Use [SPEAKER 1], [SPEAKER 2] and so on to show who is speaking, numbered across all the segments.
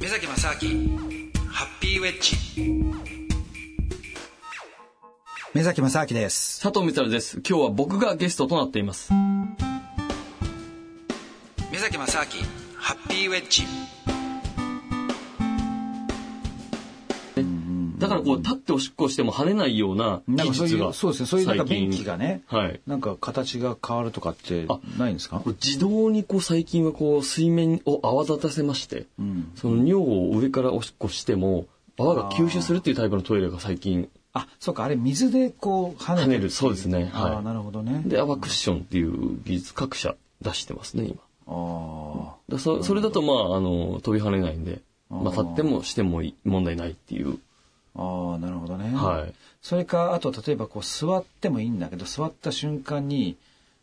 [SPEAKER 1] 目崎正明ハッピーウェッジ目崎正明です
[SPEAKER 2] 佐藤光です。今日は僕がゲストとなっています。
[SPEAKER 1] 目崎正明ハッピーウェッジ
[SPEAKER 2] だからこう立っておしっこしても跳ねないような
[SPEAKER 3] なん
[SPEAKER 2] 技
[SPEAKER 3] かそう
[SPEAKER 2] 術
[SPEAKER 3] いう、
[SPEAKER 2] が
[SPEAKER 3] そうですね、そういうなんか便器がね、
[SPEAKER 2] はい。
[SPEAKER 3] なんか形が変わるとかって
[SPEAKER 2] あ
[SPEAKER 3] ないんですか
[SPEAKER 2] これ自動にこう最近はこう水面を泡立たせまして、
[SPEAKER 3] うん。
[SPEAKER 2] その尿を上からおしっこしても泡が吸収するっていうタイプのトイレが最近
[SPEAKER 3] あ、そうか、あれ水でこう跳ね
[SPEAKER 2] 跳
[SPEAKER 3] て
[SPEAKER 2] ねる。そうですね。
[SPEAKER 3] ああ、
[SPEAKER 2] は
[SPEAKER 3] なるほどね
[SPEAKER 2] い。。で泡クッションっていう技術各社出してますね今。
[SPEAKER 3] あ
[SPEAKER 2] だそそれだとまああの飛び跳ねないんで、まあ立ってもしてもい問題ないっていう。
[SPEAKER 3] あ、ああ、なるほどね。
[SPEAKER 2] はい。
[SPEAKER 3] それか、あと例えばこう座ってもいいんだけど、座った瞬間に、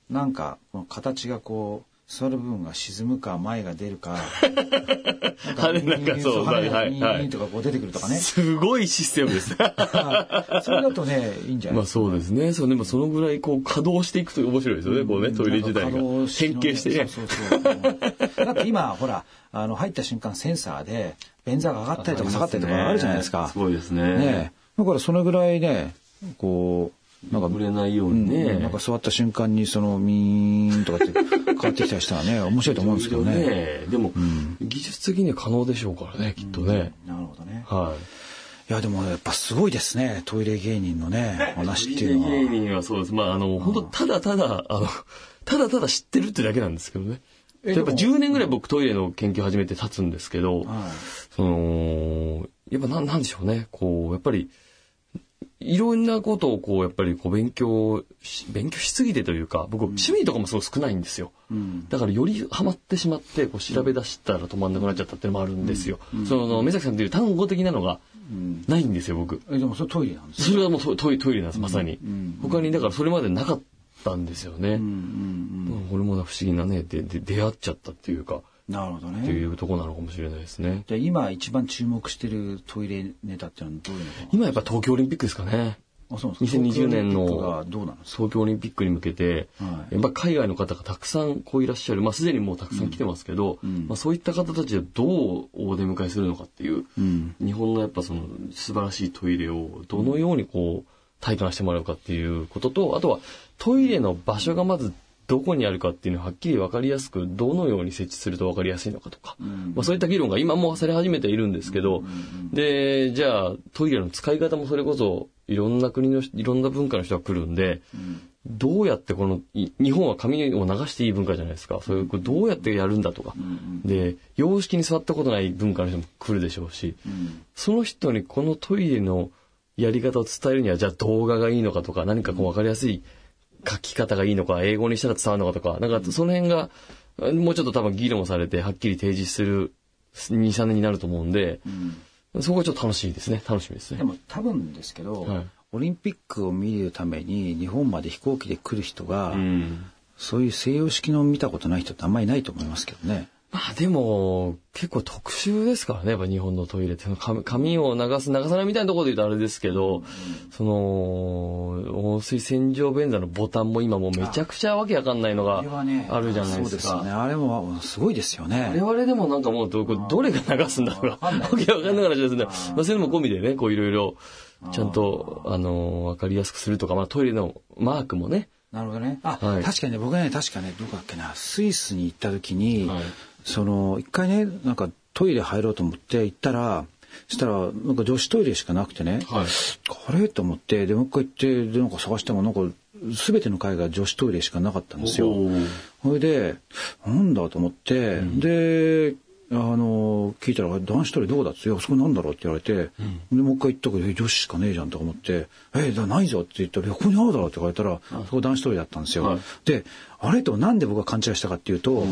[SPEAKER 3] なんか、この形がこう、座る部分が沈むか、前が出る か、
[SPEAKER 2] 跳ねなんかそう
[SPEAKER 3] は
[SPEAKER 2] はいい
[SPEAKER 3] は
[SPEAKER 2] はいい
[SPEAKER 3] は。
[SPEAKER 2] はいい
[SPEAKER 3] とかこう出てくるとかね。
[SPEAKER 2] すごいシステムです。
[SPEAKER 3] はいそれだとね、いいんじゃない
[SPEAKER 2] まあそうですね。そうでもそのぐらいこう稼働していくと面白いですよね。こうねトイレ自体が変形してね。
[SPEAKER 3] そうそうそうだって 今ほらあの入った瞬間センサーで便座が上がったりとか下がったりとかあるじゃないですか
[SPEAKER 2] すごいですね。
[SPEAKER 3] ねえだからそのぐらいねこうなんか
[SPEAKER 2] ぶれないよう
[SPEAKER 3] う
[SPEAKER 2] に
[SPEAKER 3] ん
[SPEAKER 2] ね。
[SPEAKER 3] なんか座った瞬間にそのミーンとかって変わってきたりしたら ね面白いと思うんですけどね
[SPEAKER 2] でも、技術的には可能でしょうからね、きっとね。
[SPEAKER 3] なるほどね
[SPEAKER 2] はい
[SPEAKER 3] やでもやっぱすごいですねトイレ芸人のね
[SPEAKER 2] い。
[SPEAKER 3] 話っていうのは
[SPEAKER 2] 芸人はそうです。まああの、本当ただただ、あの、ただただ知ってるってだけなんですけどね。
[SPEAKER 3] え
[SPEAKER 2] やっぱ
[SPEAKER 3] でも
[SPEAKER 2] 10年ぐらい僕トイレの研究始めて経つんですけど、
[SPEAKER 3] はい
[SPEAKER 2] その、やっぱなんなんでしょうね。こう、やっぱり、いろんなことをこう、やっぱりこう勉強し、勉強しすぎてというか、僕、趣味とかもすごい少ないんですよ。
[SPEAKER 3] うん
[SPEAKER 2] だからよりハマってしまって、こう調べ出したら止まんなくなっちゃったっていうのもあるんですよ。その、目崎さんという単語的なのが
[SPEAKER 3] うん
[SPEAKER 2] ないんですよ、僕。
[SPEAKER 3] えでもそれトイレなんです
[SPEAKER 2] それはもうトトイトイレなんです、まさに。
[SPEAKER 3] ん
[SPEAKER 2] 他に、だからそれまでなかったんですよね。
[SPEAKER 3] うんうん
[SPEAKER 2] まあこれもな不思議なね、で、で、出会っちゃったっていうか、
[SPEAKER 3] うんなるほど
[SPEAKER 2] っ
[SPEAKER 3] ね
[SPEAKER 2] ていうところなのかもしれないですね。
[SPEAKER 3] じゃあ今一番注目してるトイレネタっていうのはどういうのかな
[SPEAKER 2] 今やっぱ東京オリンピックですかね。
[SPEAKER 3] あそうなんですか
[SPEAKER 2] 2020年
[SPEAKER 3] 東京オリ
[SPEAKER 2] の
[SPEAKER 3] ンピックがどうなんですか
[SPEAKER 2] 東京オリンピックに向けて、
[SPEAKER 3] はい
[SPEAKER 2] やっぱ海外の方がたくさんこういらっしゃる、まあ、すでにもうたくさん来てますけど、
[SPEAKER 3] うん
[SPEAKER 2] まあ、そういった方たちをどうお出迎えするのかっていう、
[SPEAKER 3] うん
[SPEAKER 2] 日本のやっぱその素晴らしいトイレをどのようにこう体感してもらうかっていうこととあとはトイレの場所がまずどこにあるかっていうのをはっきり分かりやすくどのように設置すると分かりやすいのかとか、
[SPEAKER 3] ん
[SPEAKER 2] まあ、そういった議論が今もされ始めているんですけど、でじゃあトイレの使い方もそれこそいろんな国の人いろんな文化の人が来るんで、どうやってこのい日本は紙を流していい文化じゃないですかそれこれどうやってやるんだとか、で洋式に座ったことない文化の人も来るでしょうし、その人にこのトイレのやり方を伝えるにはじゃあ動画がいいのかとか何かこう分かりやすい書き方がいいのか英語にしたら伝わるのかとかなんかその辺がもうちょっと多分議論されてはっきり提示する23年になると思うんで
[SPEAKER 3] うん
[SPEAKER 2] そこがちょっと楽しいですね楽しみですね
[SPEAKER 3] で。も多分ですけど、
[SPEAKER 2] はい
[SPEAKER 3] オリンピックを見るために日本まで飛行機で来る人が、
[SPEAKER 2] うん
[SPEAKER 3] そういう西洋式の見たことない人ってあんまりいないと思いますけどね。
[SPEAKER 2] まあでも、結構特殊ですからね、やっぱ日本のトイレって、紙紙を流す、流さないみたいなところで言うとあれですけど、その、温水洗浄便座のボタンも今もうめちゃくちゃわけわかんないのが
[SPEAKER 3] あれはね
[SPEAKER 2] あるじゃないです
[SPEAKER 3] そうですね。
[SPEAKER 2] か。
[SPEAKER 3] あれもすごいですよ
[SPEAKER 2] 我
[SPEAKER 3] ね。
[SPEAKER 2] 々でもなんかもうど、どれが流すんだろうが、
[SPEAKER 3] わかんない
[SPEAKER 2] わけわかんなくなっちゃうんですね。まあそれも込みでね、こういろいろ、ちゃんと、あのー、わかりやすくするとか、まあトイレのマークもね、
[SPEAKER 3] なるほどね。あ、
[SPEAKER 2] はい
[SPEAKER 3] 確かにね、僕ね、確かね、どこだっけな、スイスに行った時に、
[SPEAKER 2] はい
[SPEAKER 3] その、一回ね、なんかトイレ入ろうと思って行ったら、そしたら、なんか女子トイレしかなくてね、
[SPEAKER 2] はい
[SPEAKER 3] あれと思って、で、もう一回行って、で、なんか探しても、なんか、すべての階が女子トイレしかなかったんですよ。
[SPEAKER 2] おー
[SPEAKER 3] それで、なんだと思って、で、あの、聞いたら、男子トイレどこだっつって、いや、そこなんだろうって言われて、で、もう一回行ったけど、え女子しかねえじゃんとか思って、え、だないぞって言ったら、いやここにあるだろうって言われたら、そこ男子トイレだったんですよ。
[SPEAKER 2] はい
[SPEAKER 3] で、あれと、なんで僕が勘違いしたかっていうと、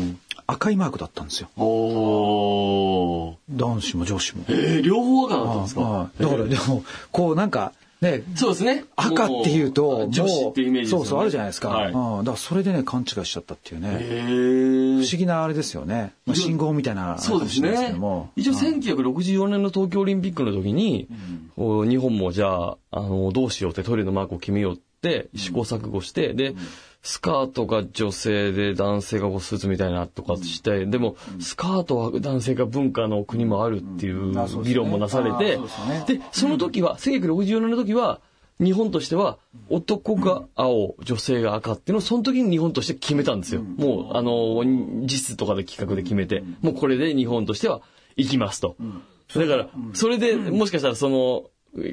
[SPEAKER 3] 赤いマークだったんですよ。
[SPEAKER 2] おー
[SPEAKER 3] 男子も女子も。
[SPEAKER 2] えー、両方赤だったんですか
[SPEAKER 3] はいだから、でも、こう、なんか、ね、
[SPEAKER 2] そうですね。
[SPEAKER 3] 赤っていうと、
[SPEAKER 2] も女子っていうイメージですよ
[SPEAKER 3] そう
[SPEAKER 2] ね
[SPEAKER 3] そう、あるじゃないですか。
[SPEAKER 2] はい。
[SPEAKER 3] うん、だからそれでね、勘違いしちゃったっていうね。
[SPEAKER 2] へー
[SPEAKER 3] 不思議なあれですよね。まあ、
[SPEAKER 2] いろ
[SPEAKER 3] 信号みたいなあれか
[SPEAKER 2] そう
[SPEAKER 3] も
[SPEAKER 2] で
[SPEAKER 3] し
[SPEAKER 2] す
[SPEAKER 3] れないですけ
[SPEAKER 2] ね
[SPEAKER 3] ども。。
[SPEAKER 2] 一応1964年の東京オリンピックの時に、こう日本もじゃあ、あの、どうしようってトイレのマークを決めようっって試行錯誤して、で、スカートが女性で男性がこうスーツみたいなとかして、でも、スカートは男性が文化の国もあるっていう
[SPEAKER 4] うんあそうですね
[SPEAKER 2] 議論もなされ
[SPEAKER 4] あ
[SPEAKER 2] て、
[SPEAKER 4] そうですね
[SPEAKER 2] で、その時は、1964年の時は、日本としては、男が青、女性が赤っていうのを、その時に日本として決めたんですよ。もう、あの、実とかで企画で決めて、もうこれで日本としては行きますと。だから、それで、もしかしたらその、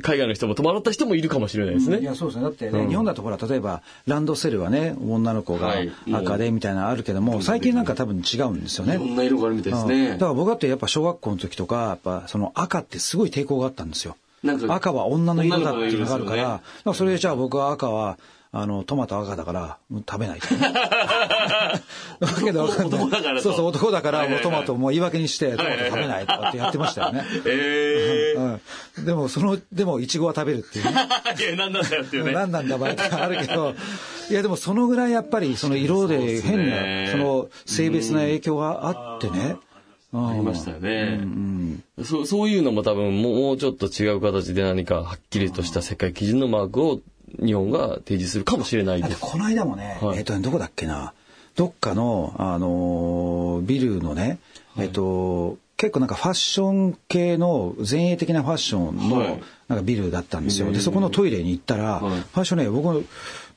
[SPEAKER 2] 海外の人も戸惑った人もいるかもしれないです
[SPEAKER 4] い
[SPEAKER 2] ね
[SPEAKER 4] や。そうですねだってね、
[SPEAKER 2] うん
[SPEAKER 4] 日
[SPEAKER 3] 日
[SPEAKER 4] 本
[SPEAKER 3] 本だとほら例えばランドセルはね女の子が
[SPEAKER 5] はい
[SPEAKER 3] 赤でみたいなのあるけども、最近なんか多分違うんですよね。
[SPEAKER 5] いろんな色があるみたいです
[SPEAKER 3] うんだ
[SPEAKER 5] ね
[SPEAKER 3] か。ら僕だってやっぱ小学校の時とかやっぱその赤ってすごい抵抗があったんですよ。
[SPEAKER 5] なんか
[SPEAKER 3] 赤は女の色だっていうのがあるから、
[SPEAKER 5] 女
[SPEAKER 3] だ
[SPEAKER 5] の
[SPEAKER 3] か
[SPEAKER 5] 子
[SPEAKER 3] らそれでじゃあ僕は赤はあのトマト赤だからもう食べないと。わけどわかん
[SPEAKER 5] 男だか
[SPEAKER 3] な
[SPEAKER 5] らと
[SPEAKER 3] い。そうそう男だからもうトマトもう言い訳にしてトマト食べないとかってやってましたよね。
[SPEAKER 5] ええ
[SPEAKER 3] うん、でもそのでもイチゴは食べるっていうね。
[SPEAKER 5] ー。 いや、なんなんだよっていうね。
[SPEAKER 3] 何なんだ場合とかあるけど、いやでもそのぐらいやっぱりその色で
[SPEAKER 5] そ
[SPEAKER 3] 変
[SPEAKER 5] うですね
[SPEAKER 3] な、その性別な影響があってね。うん
[SPEAKER 5] ありましたよね。
[SPEAKER 2] そうそういうのも多分もう、もうちょっと違う形で何かはっきりとした世界基準のマークを日本が提示するかもしれない
[SPEAKER 3] だ
[SPEAKER 2] で
[SPEAKER 3] って
[SPEAKER 2] す。
[SPEAKER 3] この間もね、
[SPEAKER 2] はい
[SPEAKER 3] えっ、とね、どこだっけな、どっかの、あのービルのね、えっ、と、結構なんかファッション系の前衛的なファッション
[SPEAKER 5] は
[SPEAKER 3] の
[SPEAKER 5] い
[SPEAKER 3] なんかビルだったんですよ。で、そこのトイレに行ったら、フ
[SPEAKER 5] はい
[SPEAKER 3] ァッションね、僕、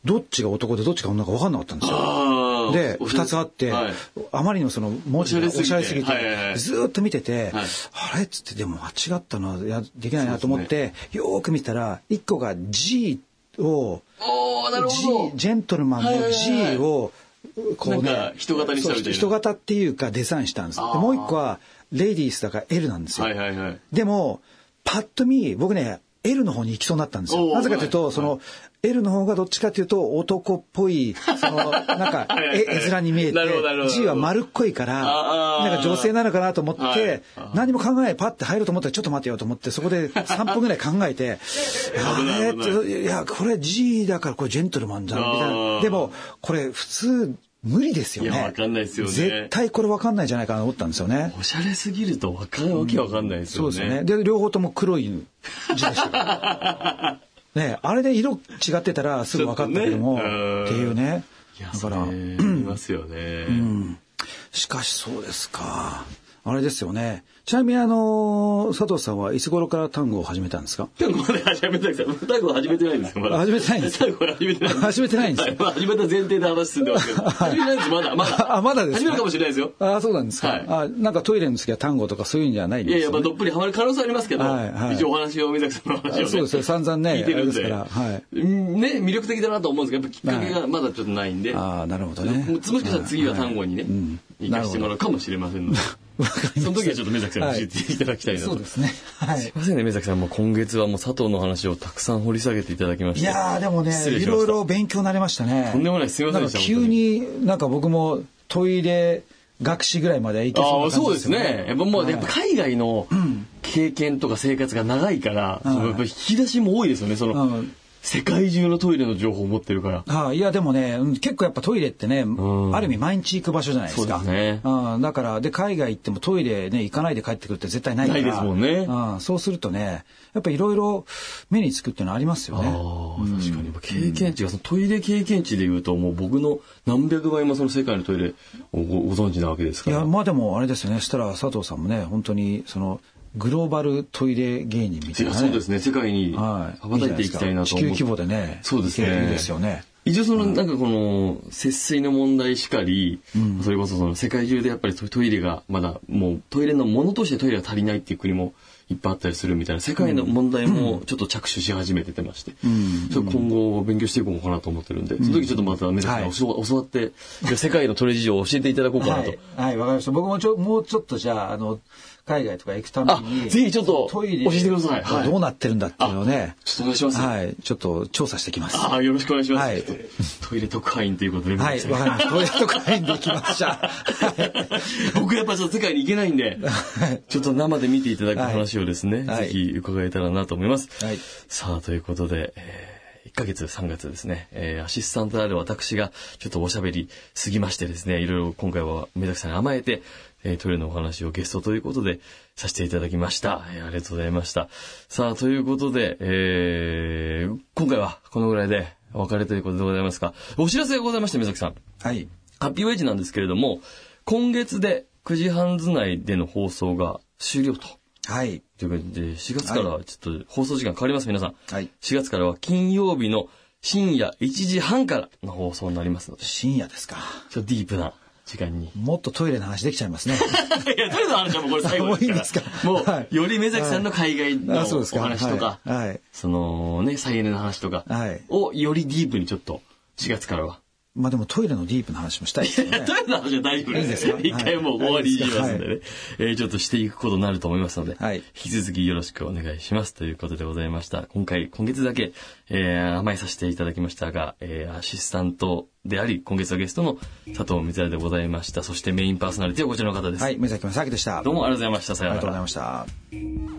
[SPEAKER 3] どっちが男でどっちが女か分かんなかったんですよ。
[SPEAKER 5] ああ。
[SPEAKER 3] で、
[SPEAKER 5] おしゃ
[SPEAKER 3] 二
[SPEAKER 5] れ
[SPEAKER 3] つあって、
[SPEAKER 5] はい
[SPEAKER 3] あまりのその文字が
[SPEAKER 5] お
[SPEAKER 3] お
[SPEAKER 5] し
[SPEAKER 3] し
[SPEAKER 5] ゃ
[SPEAKER 3] ゃ
[SPEAKER 5] れ
[SPEAKER 3] れ
[SPEAKER 5] す
[SPEAKER 3] す
[SPEAKER 5] ぎ
[SPEAKER 3] ぎ
[SPEAKER 5] て
[SPEAKER 3] て、
[SPEAKER 5] はいはいはい
[SPEAKER 3] ずーっと見てて、
[SPEAKER 5] はい
[SPEAKER 3] あれっつって、でも間違ったのはいやできないなと思って、よーく見たら、一個が G を、
[SPEAKER 5] おー、なるほ
[SPEAKER 3] G、ジェントルマン
[SPEAKER 5] はいはい
[SPEAKER 3] の
[SPEAKER 5] はい
[SPEAKER 3] G を、こう
[SPEAKER 5] なんか
[SPEAKER 3] ね、
[SPEAKER 5] 人型にしたみたいな
[SPEAKER 3] そう人型っていうかデザインしたんです。で
[SPEAKER 5] あー
[SPEAKER 3] もう一個は、レディースだから L なんです
[SPEAKER 5] ど。
[SPEAKER 3] よ。
[SPEAKER 5] はいはいはい。
[SPEAKER 3] でも、パッと見、僕ね、L の方に行きそうになったんです
[SPEAKER 5] お
[SPEAKER 3] よ。
[SPEAKER 5] ー
[SPEAKER 3] なぜかというと、
[SPEAKER 5] はい
[SPEAKER 3] その、L の方がどっちかというと男っぽい、そ の、なんか、
[SPEAKER 5] いはい
[SPEAKER 3] え絵面に見えて
[SPEAKER 5] なるほどなるほど、
[SPEAKER 3] G は丸っこいか
[SPEAKER 5] あ
[SPEAKER 3] ら、
[SPEAKER 5] ー
[SPEAKER 3] なんか女性なのかなと思っ
[SPEAKER 5] はい
[SPEAKER 3] て、何も考えない、パッて入ると思ったら、ちょっと待てよと思って、そこで3分ぐらい考えて、
[SPEAKER 5] 危
[SPEAKER 3] あれ
[SPEAKER 5] ない
[SPEAKER 3] って、いや、これ G だからこれジェントルマンだな、みたい
[SPEAKER 5] あー
[SPEAKER 3] な。でも、これ普通、無理ですよね。
[SPEAKER 5] いやわかんないですよね
[SPEAKER 3] 絶対これわかんないんじゃないかなと思ったんですよね。
[SPEAKER 2] おしゃれすぎるとわかんわけわかんないです
[SPEAKER 3] そう
[SPEAKER 2] よね。
[SPEAKER 3] ですよね。で、両方とも黒い字でしたから。 ねあれで色違ってたらすぐ分かったけども、
[SPEAKER 5] ちょっとねうん
[SPEAKER 3] っていうね。
[SPEAKER 5] いや、
[SPEAKER 3] だ
[SPEAKER 5] そ
[SPEAKER 3] か
[SPEAKER 5] れ、
[SPEAKER 3] ら、
[SPEAKER 5] いますよね。
[SPEAKER 3] しかしそうですか。あれですよね。ちなみにあの、佐藤さんはいつ頃から単語を始めたんですか
[SPEAKER 5] タコまだ始めてないですタコ始めてないんですよ、まだ。
[SPEAKER 3] 始めてないんです
[SPEAKER 5] タコ始めてない。
[SPEAKER 3] 始めてないんですよ
[SPEAKER 5] はまあ始めた前提で話進んで ますけど。始めてないんです、まだ。まだ。
[SPEAKER 3] あまだです
[SPEAKER 5] 始めるかもしれないですよ。
[SPEAKER 3] ああ、そうなんですか。
[SPEAKER 5] はい
[SPEAKER 3] あなんかトイレの時は単語とかそういうんじゃないん
[SPEAKER 5] いや
[SPEAKER 3] で
[SPEAKER 5] い
[SPEAKER 3] す
[SPEAKER 5] や、ま
[SPEAKER 3] よ、
[SPEAKER 5] あ、
[SPEAKER 3] ね
[SPEAKER 5] どっぷりハマる可能性ありますけど
[SPEAKER 3] はいは、い
[SPEAKER 5] 一応お話を、水崎さんの話をね。
[SPEAKER 3] あそうですね散々ね
[SPEAKER 5] 聞いてるんで。
[SPEAKER 3] あれですからはい
[SPEAKER 5] うんね、魅力的だなと思うんですけど、やっぱきっかけがまだちょっとないんで。
[SPEAKER 3] ああ、なるほどね。
[SPEAKER 5] もしかしたら次は単語にね、生かしてもらうかもしれませんので。 その時はちょっと水崎さんに教えていただきたいなと。
[SPEAKER 3] そうですね。はい
[SPEAKER 2] すい。ませんね、目崎さん。もう今月はもう佐藤の話をたくさん掘り下げていただきまして。
[SPEAKER 3] いやーでもね
[SPEAKER 2] 失礼
[SPEAKER 3] い
[SPEAKER 2] しまし
[SPEAKER 3] ろ
[SPEAKER 2] た
[SPEAKER 3] いろ勉強になりましたね
[SPEAKER 2] とんでもないですすいませんでした
[SPEAKER 3] なんか急になんか僕もトイレ学士ぐらいまで行け
[SPEAKER 2] ああ、
[SPEAKER 3] そ
[SPEAKER 2] そ
[SPEAKER 3] な感じ
[SPEAKER 2] ううで
[SPEAKER 3] ですすよね
[SPEAKER 2] ね。やっぱもう、やっぱ海外の経験とか生活が長いから、そのやっぱ引き出しも多いですよね。その、
[SPEAKER 3] うん
[SPEAKER 2] 世界中のトイレの情報を持ってるから。
[SPEAKER 3] ああいやでもねうん結構やっぱトイレってね、
[SPEAKER 2] ん
[SPEAKER 3] ある意味毎日行く場所じゃないですか
[SPEAKER 2] そうですね
[SPEAKER 3] うんだからで海外行ってもトイレね行かないで帰ってくるって絶対ないから
[SPEAKER 2] ないですもんね
[SPEAKER 3] うんそうするとねやっぱいろいろ目につくっていうのはありますよね
[SPEAKER 2] ああ、確かに。経験値が、そのトイレ経験値で言うと、もう僕の何百倍もその世界のトイレをごご存知なわけです
[SPEAKER 3] い
[SPEAKER 2] から。
[SPEAKER 3] やまあでもあれですよねそしたら佐藤さんもね本当にそのグローバルトイレ芸人みた
[SPEAKER 2] い
[SPEAKER 3] いな、
[SPEAKER 2] や
[SPEAKER 3] ね、
[SPEAKER 2] そうですね。世界に
[SPEAKER 3] は
[SPEAKER 2] 羽ばたいていきたいなと
[SPEAKER 3] 地
[SPEAKER 2] 思
[SPEAKER 3] 球
[SPEAKER 2] っ
[SPEAKER 3] 規
[SPEAKER 2] て。
[SPEAKER 3] 模でね。
[SPEAKER 2] そうですね
[SPEAKER 3] いけるんですよね。
[SPEAKER 2] 一応そのなんかこの節水の問題しかり、それこそその世界中でやっぱりトイレがまだもうトイレのものとしてトイレが足りないっていう国もいっぱいあったりするみたいな世界の問題もちょっと着手し始めててまして、ちょっと今後勉強していこうかなと思ってるんで、その時ちょっとまた目指
[SPEAKER 3] はい
[SPEAKER 2] して教わって、じゃあ世界のトイレ事情を教えていただこうか
[SPEAKER 4] は
[SPEAKER 2] なと。
[SPEAKER 4] い、はい、わかりました。僕もちょ、もうちょっとじゃあ、あの、海外とか行くため
[SPEAKER 2] あ
[SPEAKER 4] に。、
[SPEAKER 2] ぜひちょっと教
[SPEAKER 4] ト
[SPEAKER 2] え
[SPEAKER 4] イ
[SPEAKER 2] て
[SPEAKER 4] レ。
[SPEAKER 2] ください。はい。
[SPEAKER 3] どうなってるんだっていうのをね。
[SPEAKER 2] ちょっとお願いします。
[SPEAKER 3] はい。ちょっと調査してきます。は
[SPEAKER 2] ああ、よろしくお願いします。
[SPEAKER 3] はい
[SPEAKER 2] トイレ特派員ということで、
[SPEAKER 3] い。わかりました。トイレとかにできました。
[SPEAKER 2] 僕やっぱちょっと世界に行けないんで、ちょっと生で見ていただく話をですね、
[SPEAKER 3] はい
[SPEAKER 2] ぜひ伺えたらなと思います。
[SPEAKER 3] はい
[SPEAKER 2] さあ、ということで、え1ヶ月、3月ですね、えーアシスタントである私がちょっとおしゃべりすぎましてですね、いろいろ今回は目崎さんに甘えて、えートイレのお話をゲストということでさせていただきました。えーありがとうございました。さあ、ということで、えー今回はこのぐらいでお別れということでございますが、お知らせがございまして、目崎さん。
[SPEAKER 3] はい。
[SPEAKER 2] ハッピーウェッジなんですけれども、今月で9時半図内での放送が終了と。
[SPEAKER 3] はい。
[SPEAKER 2] ということで、4月からはちょっと放送時間変わります、皆さん。
[SPEAKER 3] はい
[SPEAKER 2] 4月からは金曜日の深夜1時半からの放送になりますので、ち
[SPEAKER 3] 深夜ですか。
[SPEAKER 2] ょっとディープな時間 に。
[SPEAKER 3] もっとトイレの話できちゃい ますね。
[SPEAKER 2] いや、とりあえずあるじゃん、もうこれ最後ですから。
[SPEAKER 3] もう
[SPEAKER 2] も、
[SPEAKER 3] いいんですかはいう
[SPEAKER 2] より目崎さんの海外の
[SPEAKER 3] あそうですか
[SPEAKER 2] お話とか、
[SPEAKER 3] はいはい
[SPEAKER 2] そのね、再エネの話とか
[SPEAKER 3] はい
[SPEAKER 2] をよりディープにちょっと、4月からは。
[SPEAKER 3] まあでもトイレのディープな話もしたいですよ
[SPEAKER 2] いや
[SPEAKER 3] ね
[SPEAKER 2] と。りあえずの話は大丈夫
[SPEAKER 3] いい
[SPEAKER 2] で。
[SPEAKER 3] ですすか
[SPEAKER 2] 一回もう終わりにしますんでね
[SPEAKER 3] は。
[SPEAKER 2] えーちょっとしていくことになると思いますので、
[SPEAKER 3] はい
[SPEAKER 2] 引き続きよろしくお願いしますということでございました。今回、今月だけ、えー甘えさせていただきましたが、えーアシスタントであり、今月のゲストの佐藤光也でございました。そしてメインパーソナリティはこちらの方です。
[SPEAKER 3] はい、目崎正明でした。
[SPEAKER 2] どうもありがとうございました。さ
[SPEAKER 3] あ
[SPEAKER 2] よ
[SPEAKER 3] り
[SPEAKER 2] う
[SPEAKER 3] が
[SPEAKER 2] な
[SPEAKER 3] とうござい
[SPEAKER 2] ら
[SPEAKER 3] ま。した。